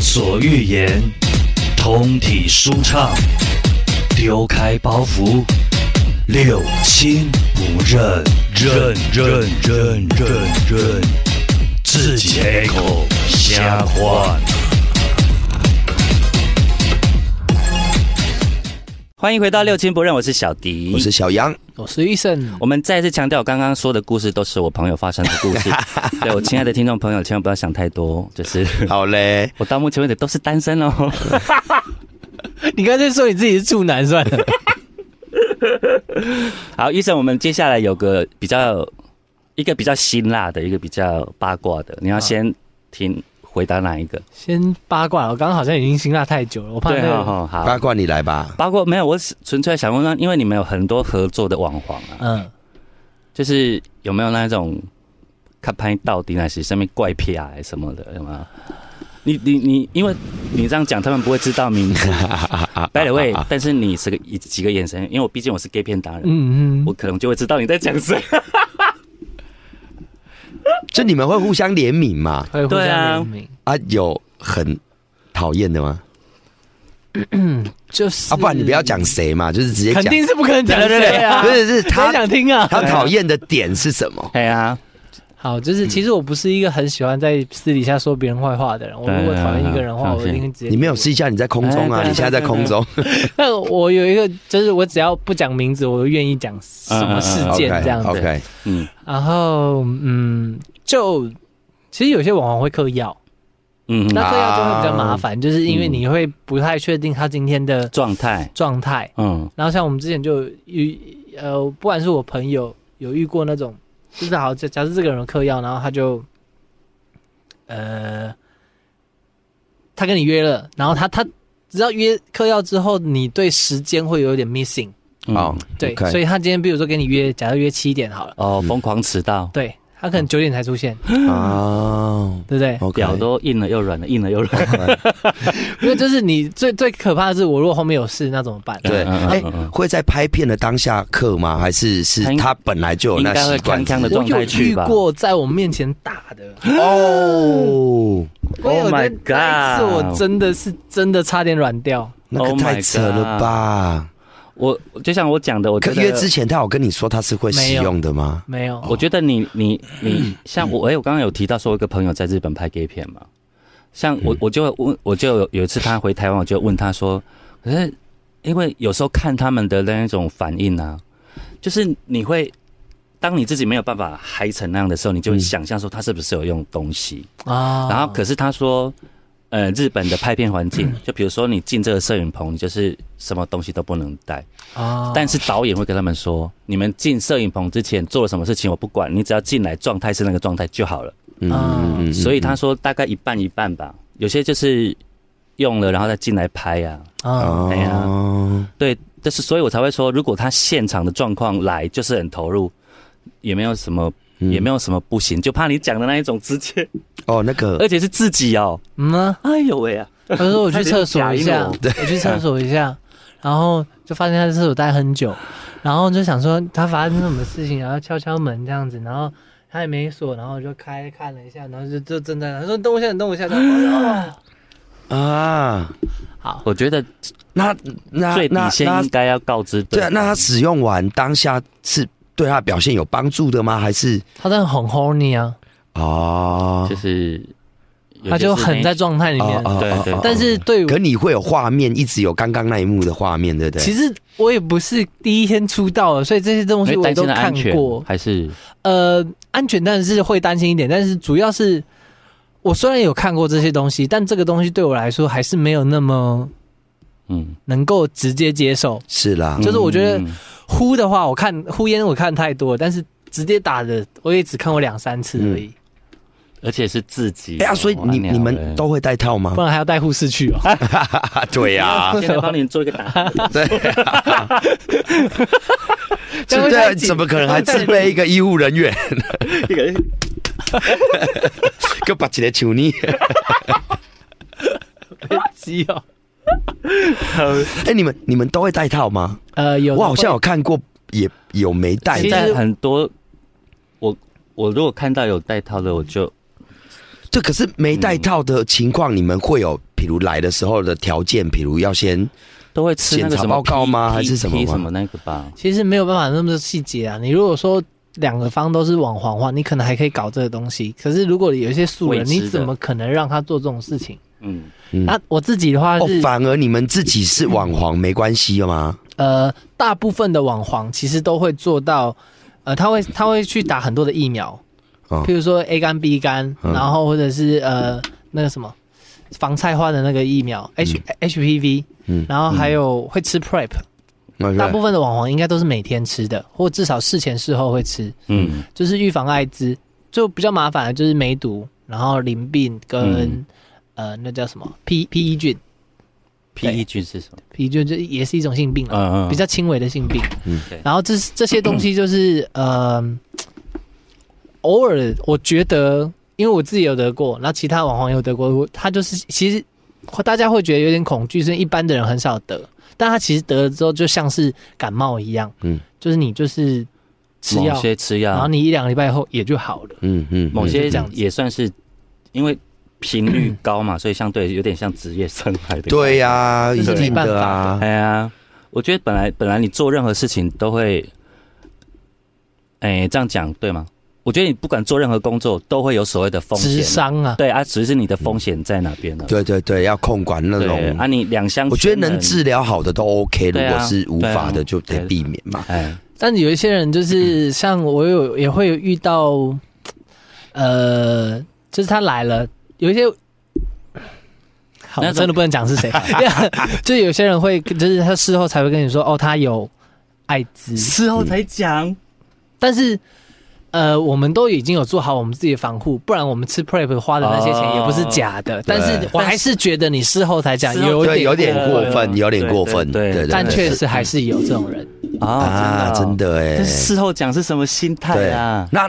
所欲言，通体舒畅，丢开包袱，六亲不认，认认认认认，自己开口瞎话。欢迎回到六亲不认，我是小迪，嗯我是小杨，我是医生，我们再次强调，我刚刚说的故事都是我朋友发生的故 事。对我亲爱的听众朋友，千万不要想太多，就是好嘞，我到目前为止都是单身哦。 你干脆说你自己是处男算了。好，医生，我们接下来有个比较，一个比较辛辣的，一个比较八卦的，你啊要先听回答哪一个？ 先八卦，我刚刚好像已经辛辣太久了，我怕那对，好个，好好八。卦你来吧。八卦没有，我是纯粹想问问，因为你们有很多合作的网黄啊，嗯，就是有没有那种看拍到底那些上面怪癖啊什么的，有吗？你你你，因为你这样讲，他们不会知道名字。By the way，但是你是个以几个眼神，因为我毕竟我是 gay 片达人，嗯嗯我可能就会知道你在讲谁。就你们会互相怜悯嘛？会互对啊相怜悯，啊，有很讨厌的吗？就是啊，不然你不要，讲谁嘛，就是直接肯讲。定是不可能讲谁啊，不是是 谁他想听啊？他讨厌的点是什么？对啊，好，就是其实我不是一个很喜欢在私底下说别人坏话的人，我如果讨厌一个人的话，对对对我一定会直接。你没有试一下你在空中哎啊？对你现在在空中，但 我有一个，就是我只要不讲名字，我愿意讲什么事件这样 OK 子。 OK，嗯然后，嗯，就其实有些网红会嗑药，嗯，那嗑药就会比较啊麻烦，就是因为你会不太确定他今天的状态，状态。嗯然后像我们之前就遇呃，不管是我朋友有遇过那种，就是好假假设这个人嗑药，然后他就呃，他跟你约了，然后他他只要约嗑药之后，你对时间会有点 missing，嗯好，对 OK 所以他今天比如说跟你约，假设约七点好了，哦，疯狂迟到，对他嗯可能九点才出现，哦对不 对？ ，OK，表都硬了又软了，硬了又软了。因为就是你最最可怕的是，我如果后面有事，那怎么办？对，嗯嗯嗯哎嗯嗯，会在拍片的当下刻吗？还是是他应他本来就有那应该会习惯锵锵的我状有态去遇吧。过在我面前打的，哦？我 Oh 有 my 那那一次 god！我真的是真的差点软掉。那个 Oh my 太扯了吧！我就像我讲的，我可觉约得之前他有跟你说他是会使用的吗？没有，我觉得你你你，像我，哎、我刚刚有提到说，我一个朋友在日本拍 gay 片嘛，像我我就问，我就有有一次他回台湾，我就问他说，可是因为有时候看他们的那一种反应啊，就是你会。当你自己没有办法嗨成那样的时候，你就会想象说他是不是有用东西。啊然后可是他说，呃，日本的拍片环境，就比如说你进这个摄影棚，你就是什么东西都不能带。啊但是导演会跟他们说，你们进摄影棚之前做了什么事情我不管，你只要进来状态是那个状态就好了。嗯嗯嗯嗯啊所以他说大概一半一半吧，有些就是用了然后再进来拍呀、嗯啊，哎呀哦，对，但是所以我才会说，如果他现场的状况来就是很投入，也没有什么。也没有什么不行，就怕你讲的那一种直接， 哦，那个而且是自己哦。嗯呢，哎呦喂啊！他说我去厕所一下，他我去厕所一下，然后就发现他在厕所待很久，然后就想说他发生什么事情，然后敲敲门这样子，然后。他也没锁，然后我就开看了一下，然后就就正在那他说等我一下，你等我一下，这样哦哎啊，好，我觉得那那最底那线那应该要告知对啊，那他方使用完当下是对他的表现有帮助的吗？还是他真的很 horny 啊，哦就，是有些他就是很那在状态里面哦，哦对哦对哦但是对可我，你会有画面，一直有刚刚那一幕的画面，对不对？其实实我也不是第一天出道了，所以这些东西因为我哎担都心的看安全过，还是呃，安全当然是会担心一点，但是主要是我虽然有看过这些东西，但这个东西对我来说还是没有那么嗯，能够直接接受。是啦，就是我觉得嗯呼的话，我看呼烟我看太多了，但是直接打的我也只看过两三次而嗯已，而且是自己。哎呀，所以哇你鸟你们嘞都会戴套吗 不？然还要带护士去哦。啊，对呀，现在帮你做一个打，对啊，这样会对啊，太紧怎么可能还自备一个医护人员？一个个把起来求你。鸡哦，哎，你们你们都会戴套吗？呃，有的我好像会有看过，也有没戴现的，在很多我我如果看到有带套的，我就对，可是没戴套的情况，你们会有譬如来的时候的条件，譬如要先都会吃那个检查什么报告 P- 吗 P- 还是什么 P 吗什么那个吧？其实没有办法那么多细节啊。你如果说两个方都是网黄的话，你可能还可以搞这个东西。可是如果有一些素人未，知的你怎么可能让他做这种事情？嗯，嗯那、我自己的话哦是，，反而你们自己是网黄没关系的吗？呃，大部分的网黄其实都会做到，呃，他会他会去打很多的疫苗，哦譬如说 A 肝、B 肝，嗯然后或者是呃那个什么防菜花的那个疫苗 H、HPV，嗯然后还有会吃 Prep，、那大部分的网黄应该都是每天吃的，或至少事前事后会吃，嗯，就是预防艾滋，就比较麻烦的就是梅毒，然后淋病跟、嗯呃那叫什么 P P E 菌，P 对 E 菌是什么？ ，P E 菌就也是一种性病了，嗯嗯，比较轻微的性病。嗯对然后这这些东西就是呃，偶尔我觉得，因为我自己有得过，然后其他网红也有得过，他就是其实大家会觉得有点恐惧，是因为一般的人很少得，但他其实得了之后就像是感冒一样，嗯嗯，就是你就是吃某药，些啊吃然药后，你一两个礼拜后也就好了。嗯嗯，某就些这样子也算是因为频率高嘛，所以相对有点像职业伤害的。对呀、一这是没定办的法啊。哎呀，我觉得本来本来你做任何事情都会，哎，这样讲对吗？我觉得你不管做任何工作，都会有所谓的风智险。商啊，对啊，只是你的风险在哪边了。对对对，要控管那对种。啊，你两相，我觉得能。治疗好的都 OK，如对啊果是无法对的啊就得对避免嘛。哎，但有一些人就是像我有也会有遇到，呃，就是他来了，有一些。好，那我种真的不能讲是谁， 就有些人会，就是他事后才会跟你说，哦，他有艾滋，事后才讲，但是，呃，我们都已经有做好我们自己的防护，不然我们吃 prep 花的那些钱哦也不是假的。但是我还是觉得你事后才讲事后有对，点有点过过分，分有点对过对分。对对，但对确实还是有这种人。啊啊，，真的的哦，哎这，事后讲是什么心态对啊？那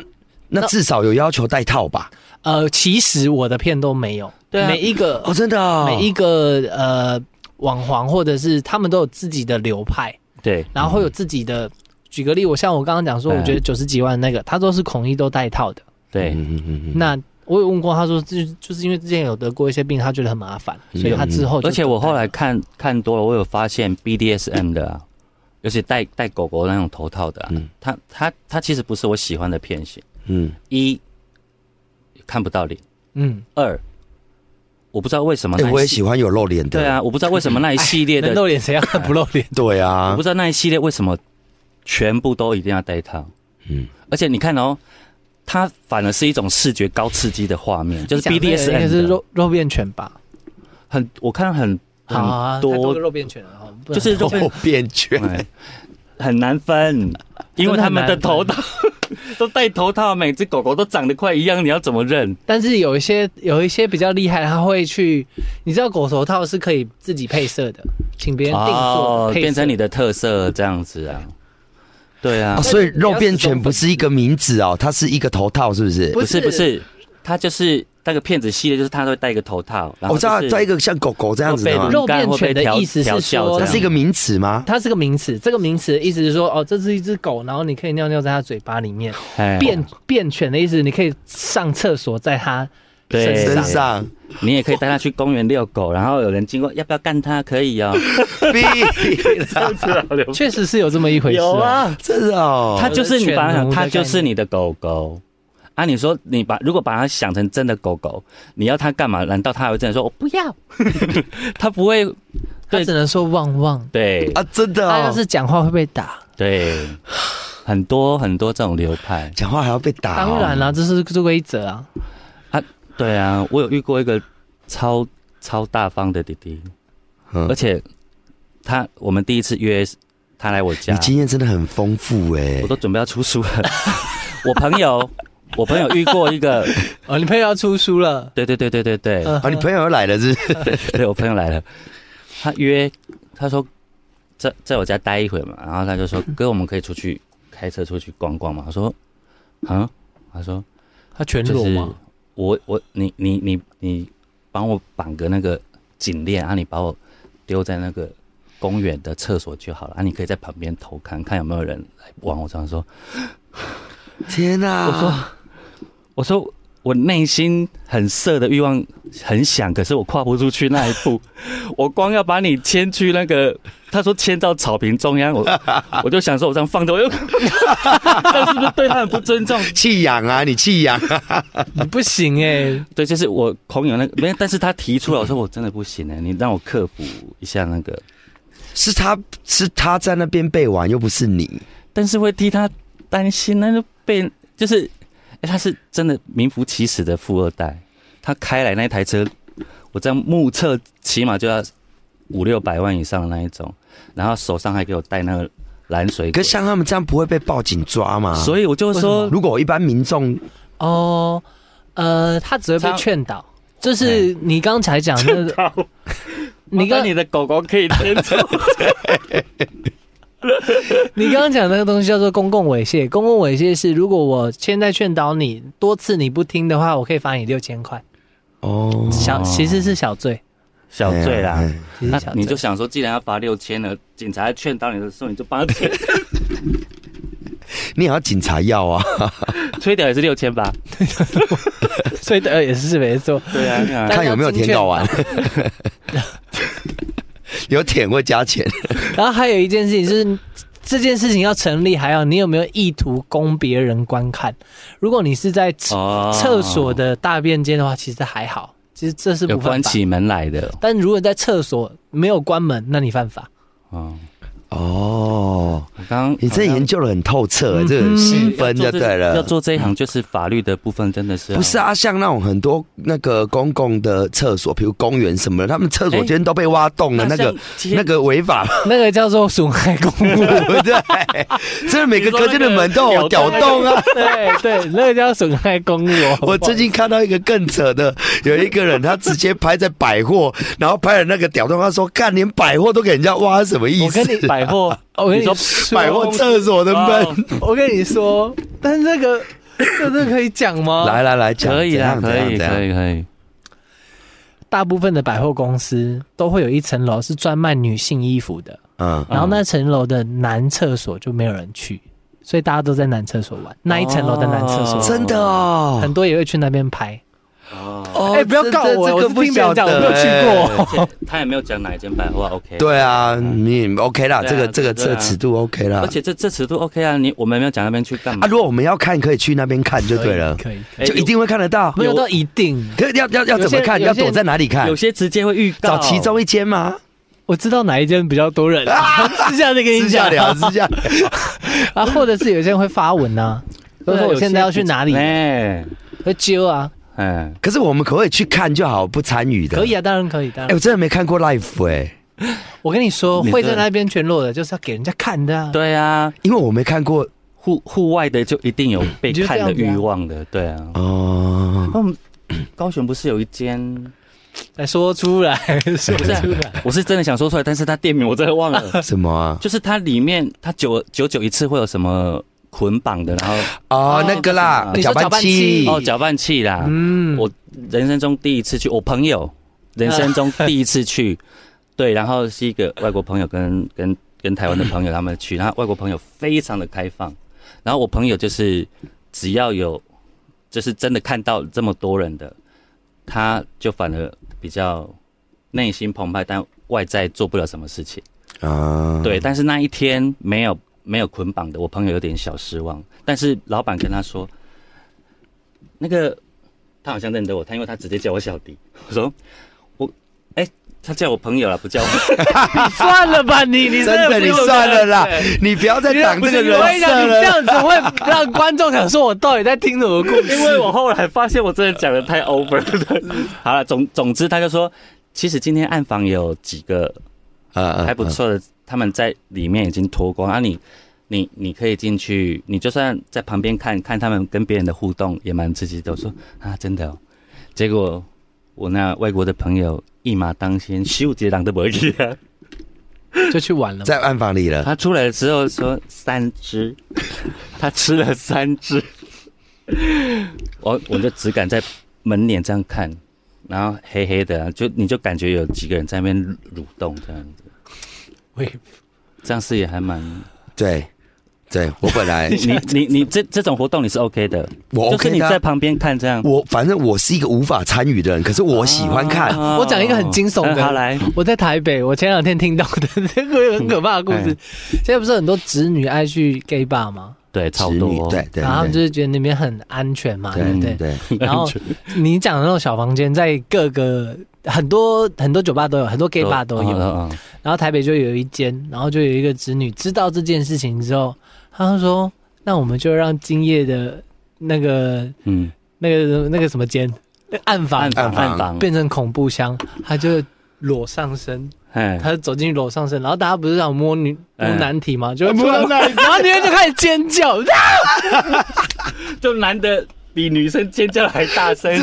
那那至少有要求戴套吧？呃，其实我的片都没有，对啊每一个、哦，真的啊，每一个呃网黄或者是他们都有自己的流派，对，然后会有自己的。举个例，我像我刚刚讲说，嗯我觉得九十几万那个，他都是孔医都带套的。对，嗯嗯嗯嗯那我有问过，他说这就是因为之前有得过一些病，他觉得很麻烦，所以他之哦后嗯就而且我不戴后来了看看多了，我有发现 BDSM 的、啊， 尤其带带狗狗那种头套的、啊，嗯它它它其实不是我喜欢的片型。嗯，一看不到脸，嗯，二我不知道为什么那一哎系、我也喜欢有露脸的。对，啊，我不知道为什么那一系列哎能的，露脸谁要看不露脸？对我啊不，知道那一系列为什么全部都一定要戴套。嗯嗯，而且你看哦，它反而是一种视觉高刺激的画面， 就是你讲那个应 BDSM 该是的肉肉变犬吧？很，我看很很啊，太多个肉变犬了，哦不能就是 肉变哦变 圈。哎很难分，因为他们的头套都戴头套，每只狗狗都长得快一样，你要怎么认？但是有一些有一些比较厉害，他会去，你知道狗头套是可以自己配色的，请别人定做、哦配色变成你的特色这样子啊？对啊哦，，所以肉变犬不是一个名字哦，它是一个头套，是不是？不是不是，它就是那个骗子系列，就是它会戴一个头套，然哦我后知道啊就是戴一个像狗狗这样子的啊肉嘛被，肉变犬的意思调是调教说这它样是一个名词吗？它是个名词，这个名词的意思是说，哦，这是一只狗，然后你可以尿尿在它嘴巴里面。哎变变犬的意思，你可以上厕所在它对啊身身上。上，你也可以带它去公园遛狗，然后有人经过，要不要干它？可以 哦， 屁啦啊确实是有这么一回事、有，啊，真的哦，它就是你把它犬奴想，的它概就是念你的狗狗。啊，你说你把如果把它想成真的狗狗，你要它干嘛？难道它还会真的说我不要？它不会，它对只能说旺旺。对啊，真的它要哦，是讲话会被打。对，很多很多这种流派。讲话还要被打哦，当然啦、这是这规则啊。对啊，我有遇过一个超超大方的弟弟，嗯而且他我们第一次约他来我你家，经验真的很丰富哎我，都准备要出书了。 我朋友，我朋友遇过一个，哦，你朋友要出书了。对对对对对对，嗯啊，你朋友又来了是不 是？对我朋友来了，他约他说在在我家待一会嘛，然后他就说哥，我们可以出去开车出去逛逛嘛。我说啊，他说他全就裸是吗？我我你你你你帮我绑个那个颈链，然、啊后你把我丢在那个公园的厕所就好了，啊，你可以在旁边偷看看有没有人来往我身上说，天哪，我说我内心很色的欲望很想，可是我跨不出去那一步。我光要把你牵去那个，他说牵到草坪中央，我我就想说，我这样放着，我又， 这是不是对他很不尊重？弃养啊，你弃养啊，你不行哎、对，就是我朋友那个，没有，但是他提出来，我说我真的不行哎、你让我克服一下那个， 是他是他在那边背完，又不是你。但是会替他担心，那就被就是，哎，他是真的名副其实的富二代。他开来那台车，我这样目测起码就要五六百万以上的那一种，然后手上还给我带那个蓝水可鬼，是像啊他们这样不会被报警抓吗？所以我就说，如果一般民众哦，呃，他只会他被劝导，就是你刚才讲的，你跟刚你的狗狗可以牵走，你刚刚讲那个东西叫做公共猥亵，公共猥亵是如果我现在劝导你多次你不听的话，我可以罚你六千块，哦，小其实是小 罪，小罪啦。哎呀其实那小罪。你就想说，既然要罚六千了，警察劝导你的时候，你就帮他吹你也要警察要啊，吹掉也是六千吧？所以的也是没错，对啊，对啊看有没有舔睾丸。 有舔会加钱，然后还有一件事情就是。这件事情要成立，还有你有没有意图供别人观看？如果你是在厕哦厕所的大便间的话，其实还好，其实这是有不关犯法。起门来的，但如果在厕所没有关门，那你犯法。哦，哦，我刚刚你这研究的很透彻、欸嗯这很细分要做就对这要了。做这一行，就是法律的部分真的是要不是啊，像那种很多那个公共的厕所，比如公园什么的，他们厕所间都被挖洞了，那像个那个违法，那个叫做损害公物。对不 对？真的每个隔间的门都有屌洞 啊！ 对对，那个叫损害公物哦。我最近看到一个更扯的，有一个人他直接拍在百货，然后拍了那个屌洞，他说：“看连百货都给人家挖，什么意我思啊跟？”你百货，我跟你说百货厕所的门，我跟你说，但是这个这个可以讲吗？ 来来来，讲可以啦，怎可样以，怎样可以，可以。哦大部分的百货公司都会有一层楼是专卖女性衣服的，嗯，然后那层楼的男厕所就没有人去，所以大家都在男厕所玩。那一层楼的男厕所，哦真的哦很，多也会去那边拍。哦哎不要告我这我这是个不听别人晓讲得，我没有去过哎而且他也没有讲哪一间百货啊，OK。对啊，你 OK 啦，对啊这个这个对这啊个尺度 OK 啦而。且这这尺度 OK 啊，你我们没有讲那边去干啊，嘛？如果我们要看，可以去那边看就对了，可以，可哎以就一定会看得到。没有到一定。可要要要有怎些么看？有要些躲在哪里看有？些直接会预告，找其中一间吗？我知道哪一间比较多人， 私下再跟啊 私你讲下聊，私下聊。 啊，或者是有些人会发文 呐、啊，对就啊说我现在要去哪里，哎，会揪啊，嗯，可是我们可不可以去看就好，不参与的？可以啊，当然可以，当哎、然。我真的没看过 live 哎、我跟你说，你会这在那边全裸的，就是要给人家看的、啊。，对啊，因为我没看过户户外的就一定有被你就看这的样子啊欲望的，对啊。哦。那我们高雄不是有一间？来说出来，说不是啊出 来。我是真的想说出来，但是他店名我真的忘了。什么啊？就是它里面，它九九九一次会有什么捆绑的，然后哦，那个啦，你说拌搅哦搅拌器啦。嗯，我人生中第一次去，我朋友人生中第一次去，对，然后是一个外国朋友跟跟跟台湾的朋友他们去，然后外国朋友非常的开放，然后我朋友就是只要有就是真的看到这么多人的，他就反而比较内心澎湃，但外在做不了什么事情。啊，对，哦但是那一天没有没有捆绑的，我朋友有点小失望。但是老板跟他说，那个他好像认得我，他因为他直接叫我小迪。我说我哎、他叫我朋友了，不叫我。 算了吧，你你真的不你用算了啦对，你不要再挡这个不是我跟人你讲，设你这了。样子会让观众想说我到底在听什么故事？因为我后来发现我真的讲的太 over 了。好了，总总之他就说，其实今天暗访有几个啊还不，错的，他们在里面已经脱光啊你。你你可以进去，你就算在旁边看看他们跟别人的互动，也蛮刺激的。我说啊，真的、哦。结果我那外国的朋友一马当先，修杰郎都不去啊。 就去玩了嘛。在暗房里了。他出来之后说三 只，他吃了三只。我我就只敢在门脸这样看，然后黑黑的啊，就你就感觉有几个人在那边蠕动这样子，喂 这样是也还蛮对，对我 本来你你你这这种活动你是 OK 的，就我是 OK 你的在啊，旁边看这样。我反正我是一个无法参与的人，可是我喜欢看。哦我讲一个很惊悚的嗯好来，我在台北，我前两天听到的这个很可怕的故事。现在不是很多直女爱去 gay bar 吗？对，子超女多。对对，然后他们对啊就是觉得那边很安全嘛，对不对对？对， 然后你讲的那种小房间，在各个很多很多酒吧都有，很多 gay bar 都有。嗯嗯嗯然后台北就有一间，然后就有一个侄女知道这件事情之后，她就说：“那我们就让今夜的那个嗯，那个那个什么间那个暗房暗房房暗房，变成恐怖箱，她就裸上身，哎，她就走进去裸上身，然后大家不是想摸女摸嗯男体吗？就会突然，然后女人就开始尖叫， 就男的比女生尖叫还大声。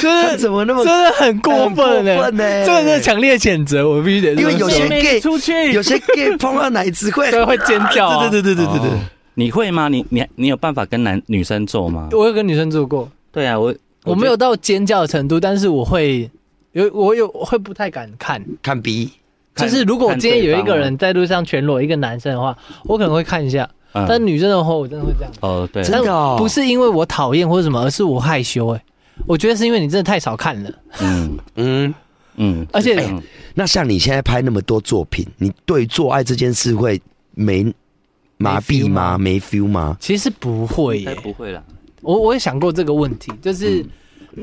真他的怎么那么真的很过分呢、很过分欸这个真的强烈谴责，我必须得说，因为有些对 gay 出去有些 gay 碰到奶子 会，对会尖叫啊对对对对对对，哦你会吗？你你你有办法跟男女生做吗？我有跟女生做过，对啊，我我没有到尖叫的程度，但是我会有我有我会不太敢看，看鼻，就看是如果今天有一个看对方人在路上全裸一个男生的话，我可能会看一下，嗯但女生的话我真的会这样，哦对，真的哦不是因为我讨厌或者什么，而是我害羞哎、我觉得是因为你真的太少看了，嗯嗯。嗯，而且嗯那像你现在拍那么多作品，你对做爱这件事会没麻痹吗？没 feel 吗？其实不会应耶、该不会啦。我我也想过这个问题，就是。嗯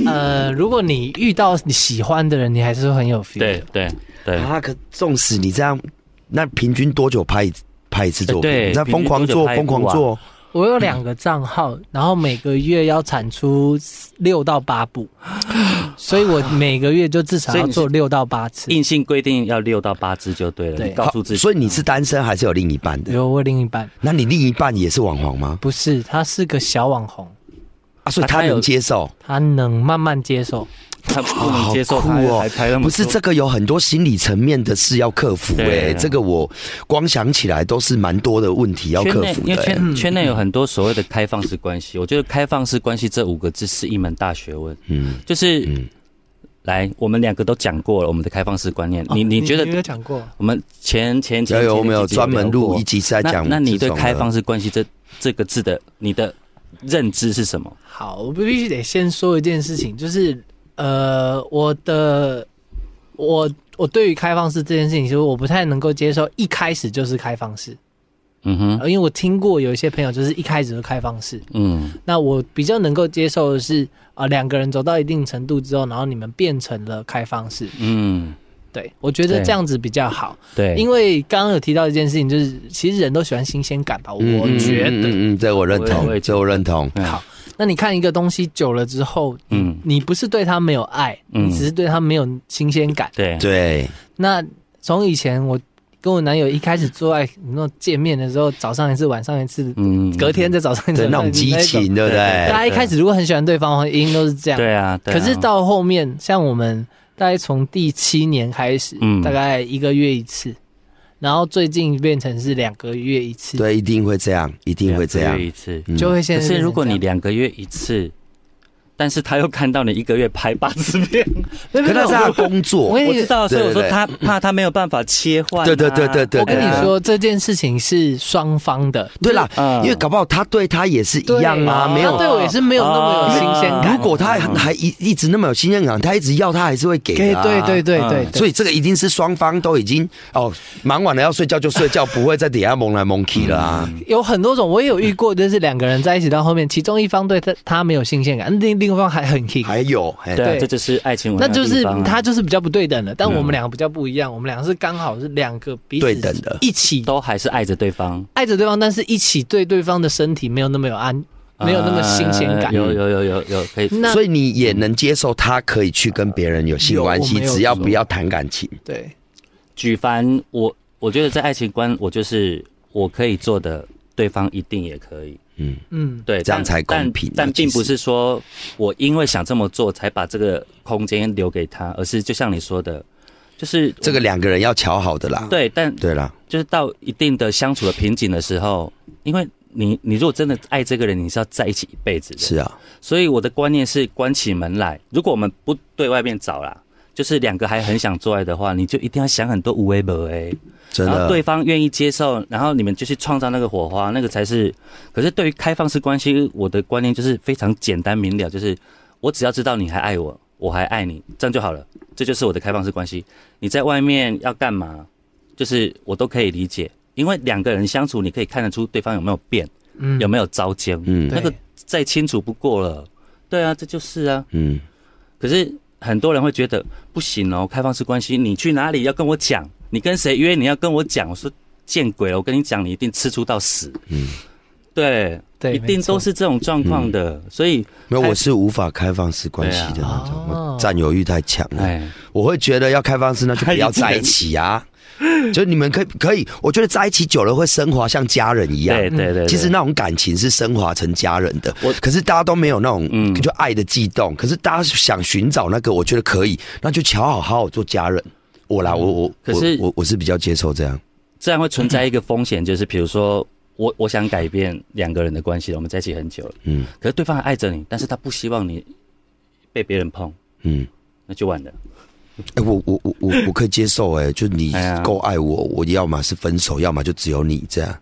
呃，如果你遇到你喜欢的人，你还是会很有 feel 的。对对对，啊，可纵使你这样，那平均多久拍一拍一次作哎品对？那疯狂做，平均多久拍疯一部啊狂做，我有两个账号，然后每个月要产出六到八部，所以我每个月就至少所以要你是做六到八次。硬性规定要六到八只就对了，对你告诉自己。所以你是单身还是有另一半的？有我另一半那你另一半也是网红吗？不是，他是个小网红，啊，所以啊他他有能接受？他能慢慢接受。他不能接受好酷他哦还拍那么不是多这个有很多心理层面的事要克服对哎，啊这个我光想起来都是蛮多的问题要圈克内服因的为欸。圈圈内有很多所谓的开放式关系，我觉得开放式关系这五个字是一门大学问。嗯，就是、嗯来，我们两个都讲过了我们的开放式观念，你你觉得哦有讲过？我们前前前啊有有前没有几集专门聊过录一集是在讲那那你对这种的开放式关系这这个字的你的认知是什么？好，我必须得先说一件事情，就是呃，我的我我对于开放式这件事情，其实我不太能够接受，一开始就是开放式，呃嗯哼，呃因为我听过有一些朋友就是一开始就开放式，嗯那我比较能够接受的是，啊、两个人走到一定程度之后，然后你们变成了开放式，嗯，对我觉得对这样子比较好。对，因为刚刚有提到一件事情，就是其实人都喜欢新鲜感吧，我嗯嗯觉得。嗯嗯，嗯这我认我也我也同，这我认同。嗯好，那你看一个东西久了之后，嗯你不是对它没有爱，嗯你只是对它没有新鲜感。对对，那从以前我跟我男友一开始做爱，那种见面的时候，早上一次，晚上一次，嗯隔天再早上一次，对那晚种上一激次。那情，种对不大对对？家一开始如果很喜欢对方的话，一定都是这样。对啊，对啊可是到后面，像我们大概从第七年开始，嗯大概一个月一次，然后最近变成是两个月一次，，对，一定会这样，一定会这样两个。月一次。嗯就会现可在是变成如果你这样两个月一次，但是他又看到你一个月拍八次片，没有可没那有是没有他的工我作，跟我你知道，所以我对说对对他怕他没有办法切换啊。对对对对对我跟对你啊说这件事情是双方的，对啦，嗯因为搞不好他对哦他也是一对样啊，哦没他有。对我也是没有那么有新鲜嗯感。如果他还一一直那么有新鲜感，他一直要，他还是会给对嗯的啊。对对对对，所以这个一定是双方都已经哦，忙完了要睡觉就睡觉，不会在底下蒙来蒙去了啊。嗯有很多种，我也有遇过，就是两个人在一起到后面，其中一方对他他没有新鲜感，另另一方还很 kick，还有，哎对啊，对这就是爱情文那化就的是地方啊。他就是比较不对等的，但我们两个比较不一样，我们两个是刚好是两个彼此对等的一起都还是爱着对方，爱着对方，但是一起对对方的身体没有那么有安，没有那么新鲜感。啊呃有有有有有可以，那所以你也能接受他可以去跟别人有性有关我系没，有只要说不要谈感情。对举凡我我觉得在爱情观，我就是我可以做的，对方一定也可以。嗯，嗯，对，这样但才公平啊但。但其并不实是说我因为想这么做才把这个空间留给他，而是就像你说的，就是这个两个人要瞧好的啦。对，但对啦，就是到一定的相处的瓶颈的时候，因为你你如果真的爱这个人，你是要在一起一辈子的。是啊，所以我的观念是关起门来，如果我们不对外面找啦，就是两个还很想做爱的话，你就一定要想很多无为不为，真然后的对方愿意接受，然后你们就去创造那个火花，那个才是。可是对于开放式关系，我的观念就是非常简单明了，就是我只要知道你还爱我，我还爱你，这样就好了。这就是我的开放式关系。你在外面要干嘛，就是我都可以理解，因为两个人相处，你可以看得出对方有没有变，嗯有没有糟践，嗯那对个再清楚不过了。对啊，这就是啊。嗯，可是很多人会觉得不行哦，开放式关系，你去哪里要跟我讲，你跟谁约你要跟我讲。我说见鬼了，我跟你讲，你一定吃醋到死。嗯，对，对一定都是这种状况的。所以，没有，开我是无法开放式关系的对那种，哦我占有欲太强了。哎，我会觉得要开放式， 那就不要在一起啊。就你们可以可以，我觉得在一起久了会升华，像家人一样。对对对，其实对那种感情是升华成家人的我，可是大家都没有那种、嗯就爱的悸动，可是大家想寻找那个，我觉得可以，那就瞧好好好做家人。我啦，我我嗯可是我我我是比较接受这样，这样会存在一个风险，就是比如说。我我想改变两个人的关系了，我们在一起很久了，嗯可是对方还爱着你，但是他不希望你被别人碰，嗯，那就完了。哎、我我我我我可以接受、哎，就你哎呀够爱我，我要么是分手，要么就只有你这样，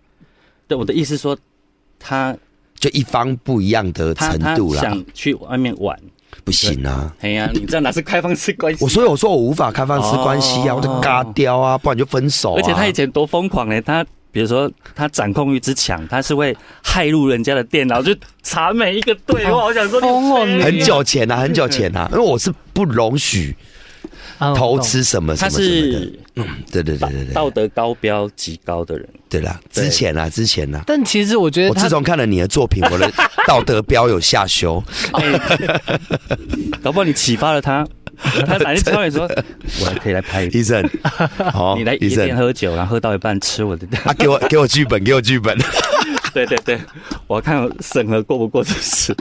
对我的意思说，他就一方不一样的他程他度啦，想去外面玩，不行啊。哎呀、你这样哪是开放式关系？我所以我说我无法开放式关系啊，哦我就嘎掉啊，不然就分手、啊。而且他以前多疯狂呢，他比如说他掌控欲之强，他是会骇入人家的电脑，就查每一个对话。好我想说疯哦你你谁很久前嗯啊，很久前啊，因为我是不容许啊偷，吃什么他什么什么的是。对对对对对，道德高标极高的人，对啦，对之前啦，之前啦我懂。但其实我觉得我他自从看了你的作品，我的道德标有 下修。搞不好你启发了他，他哪天突然说， 我还可以来拍一部，医生，好，你来医夜店生，喝酒，然后喝到一半吃我的，啊，给我给我剧本，给我 剧本，对对对，我看审核过不过这事，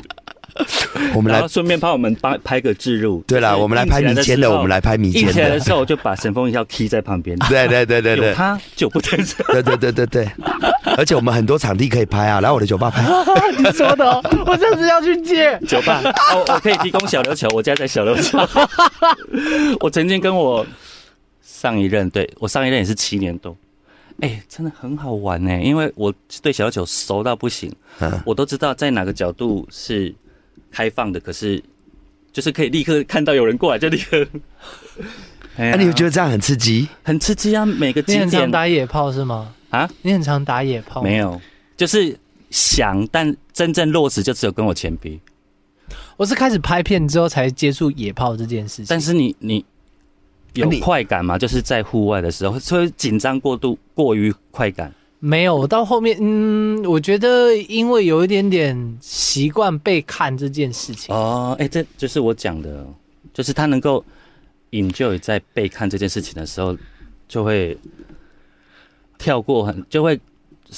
我们然来后。顺便帮我们帮拍个置入。对啦，就是我们来拍迷奸硬起来时的，候我们来拍迷硬奸起来的的。时候，我就把神风一笑 key 在旁边， 对对对对有对，他就不登场。对对对对对，而且我们很多场地可以拍啊，来我的酒吧拍。你说的 哦，我这次要去借。酒吧，哦，我可以提供小琉球，我家在小琉球。 我曾经跟我上一任，对我上一任也是七年多，哎、真的很好玩呢、因为我对小琉球熟到不行，嗯我都知道在哪个角度是开放的，可是就是可以立刻看到有人过来就立刻。哎呀那你们觉得这样很刺激？很刺激啊？每个你景很常哦点打野炮是吗？啊，你很常打野炮？没，有，就是想，但真正落实就只有跟我前比。我是开始拍片之后才接触野炮这件事情。但是你你有啊你快感吗？就是在户外的时候，所以紧张过度过于快感，没有，我到后面，嗯，我觉得因为有一点点习惯被看这件事情，哦，哎、这就是我讲的，就是他能够 enjoy 在被看这件事情的时候，就会跳过很，就会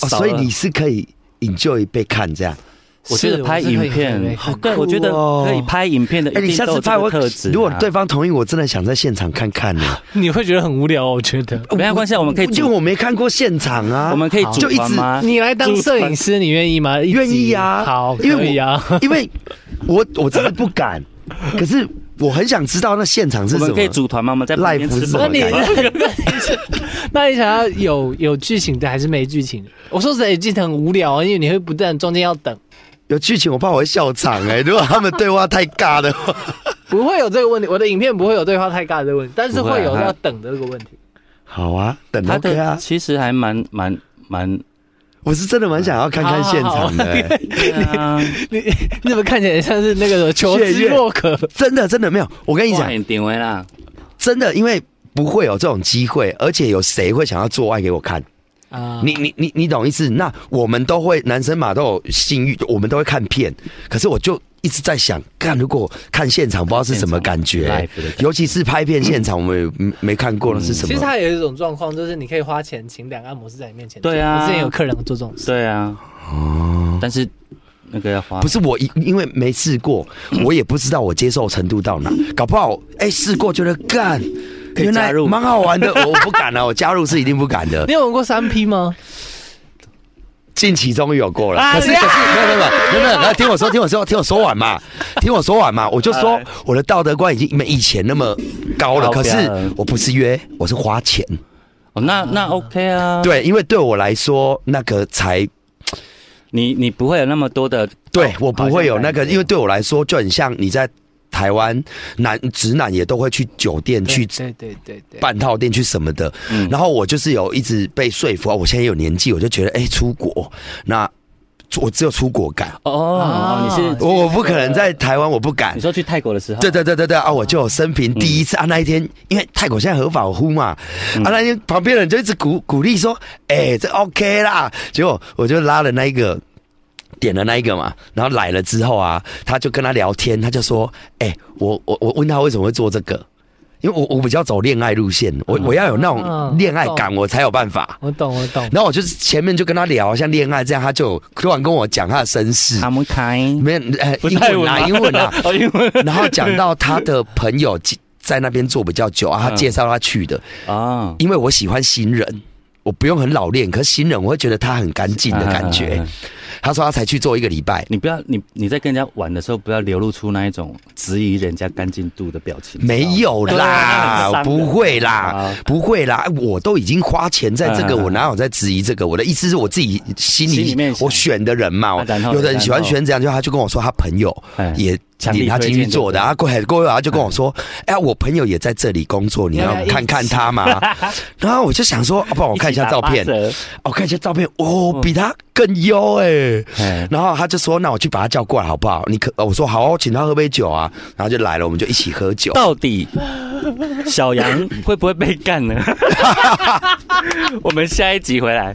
哦少了、所以你是可以 enjoy 被看这样。我觉得是拍我是可以影很片，被看对，酷我觉得哦可以拍影片的，哎，一你定下都有次这拍个我特质、，啊如果对。方同意，我真的想在现场看看呢。你会觉得很无聊。我觉得没有关系，我们可以因组，为我没看过现场啊， 我们可以就组一团直吗？你来当组摄团影师，你愿意吗？一集愿意啊好，因为可以 啊。 因为我我真的不敢，可是我很想知道那现场是我什们么可。以组团吗？我们在旁边 Live 是吃什什么那么你 感感觉啊觉？ 那你想要有有剧情的还是没剧情的？我说实在，剧情很无聊啊，因为你会不断中间要等，有剧情，我怕我会笑场哎、 如果他们对话太尬的 话，不会有这个问题。我的影片不会有对话太尬的这个问题，但是不会啊会有他要等的这个问题。好啊，等他 OK 的啊，其实还蛮蛮蛮，我是真的蛮想要看看现场的、哎啊，你你怎么看起来像是那个什么求谢谢知若渴？真的真的没有，我跟你讲，点定位啦，真的，因为不会有这种机会，而且有谁会想要做爱给我看？啊你你你你懂意思？那我们都会，男生嘛都有性欲，我们都会看片，可是我就。一直在想，看如果看现场，不知道是什么感觉、看现场 live 的感觉嗯尤其是拍片现场，我们也没没看过那是什么。其实它有一种状况，就是你可以花钱请两个按摩师在你面前做。对啊我之前有客人做这种事。对啊，哦，但是那个要花不，是我因因为没试 过，我也不知道我接受程度到哪，搞不好哎试过觉得干，以原加来入蛮啊 好玩的，我我不敢了、我加入是一定不敢的你。有玩过三 P 吗？近期终于有过了。哎呀可是可是没有没有没有没有没有，来听我说，听我说，听我说完嘛，听我说完嘛。我就说我的道德观已经没以前那么高了，高可标是了我不是约，我是花钱。哦，那那 OK 啊，，对，因为对我来说，那个才你你不会有那么多的，对我不会有那好个，像因为对我来说就很像你在台湾男直男也都会去酒店去对对对对，半套店去什么的，嗯然后我就是有一直被说服，哦我现在有年纪，我就觉得哎、出国那我只有出国敢，哦哦，你是我我不可能在台湾我不敢你。说去泰国的时候，对对对对对啊！我就有生平第一次、啊，那一天因为泰国现在合法呼嘛，嗯啊那天旁边人就一直鼓鼓励说，哎、这 OK 啦。结果我就拉了那一个，点了那一个嘛，然后来了之后啊，他就跟他聊天，他就说，哎、我我我问他为什么会做这个，因为我我比较走恋爱路线，我嗯我要有那种恋爱感，我才有办哦法。我懂我懂。然后我就是前面就跟他聊像恋爱这样，他就突然跟我讲他的身世，他们开，没有呃不英太文啊英文啊， 哦英 文然后讲到他的朋友在在那边做比较久嗯啊，他介绍他去的，哦，因为我喜欢新人，我不用很老练，可是新人我会觉得他很干净的感啊啊觉啊。他说他才去做一个礼拜， 你不要你你在跟人家玩的时候，不要流露出那一种质疑人家干净度的表情。没有对啊啦那很，伤人不会啦啊，不会啦，我都已经花钱在这个，嗯嗯嗯我哪有在质疑这个？我的意思是我自己心心里里面想我选的人嘛啊然，后有的人然后喜欢选这样，就他就跟我说他朋友哎也强力领他进去做的，推荐然后过来过来他就跟嗯我说，哎，我朋友也在这里工作，你要看看 他嘛。然后我就想说，啊不然我看一下照一片起，打八折嗯我看一下照片，哦，比他更优哎。哎然后他就说：“那我去把他叫过来好不好？”你可呃我说好、哦，请他喝杯酒啊。然后就来了，我们就一起喝酒。到底 小杨会不会被干呢？我们下一集回来。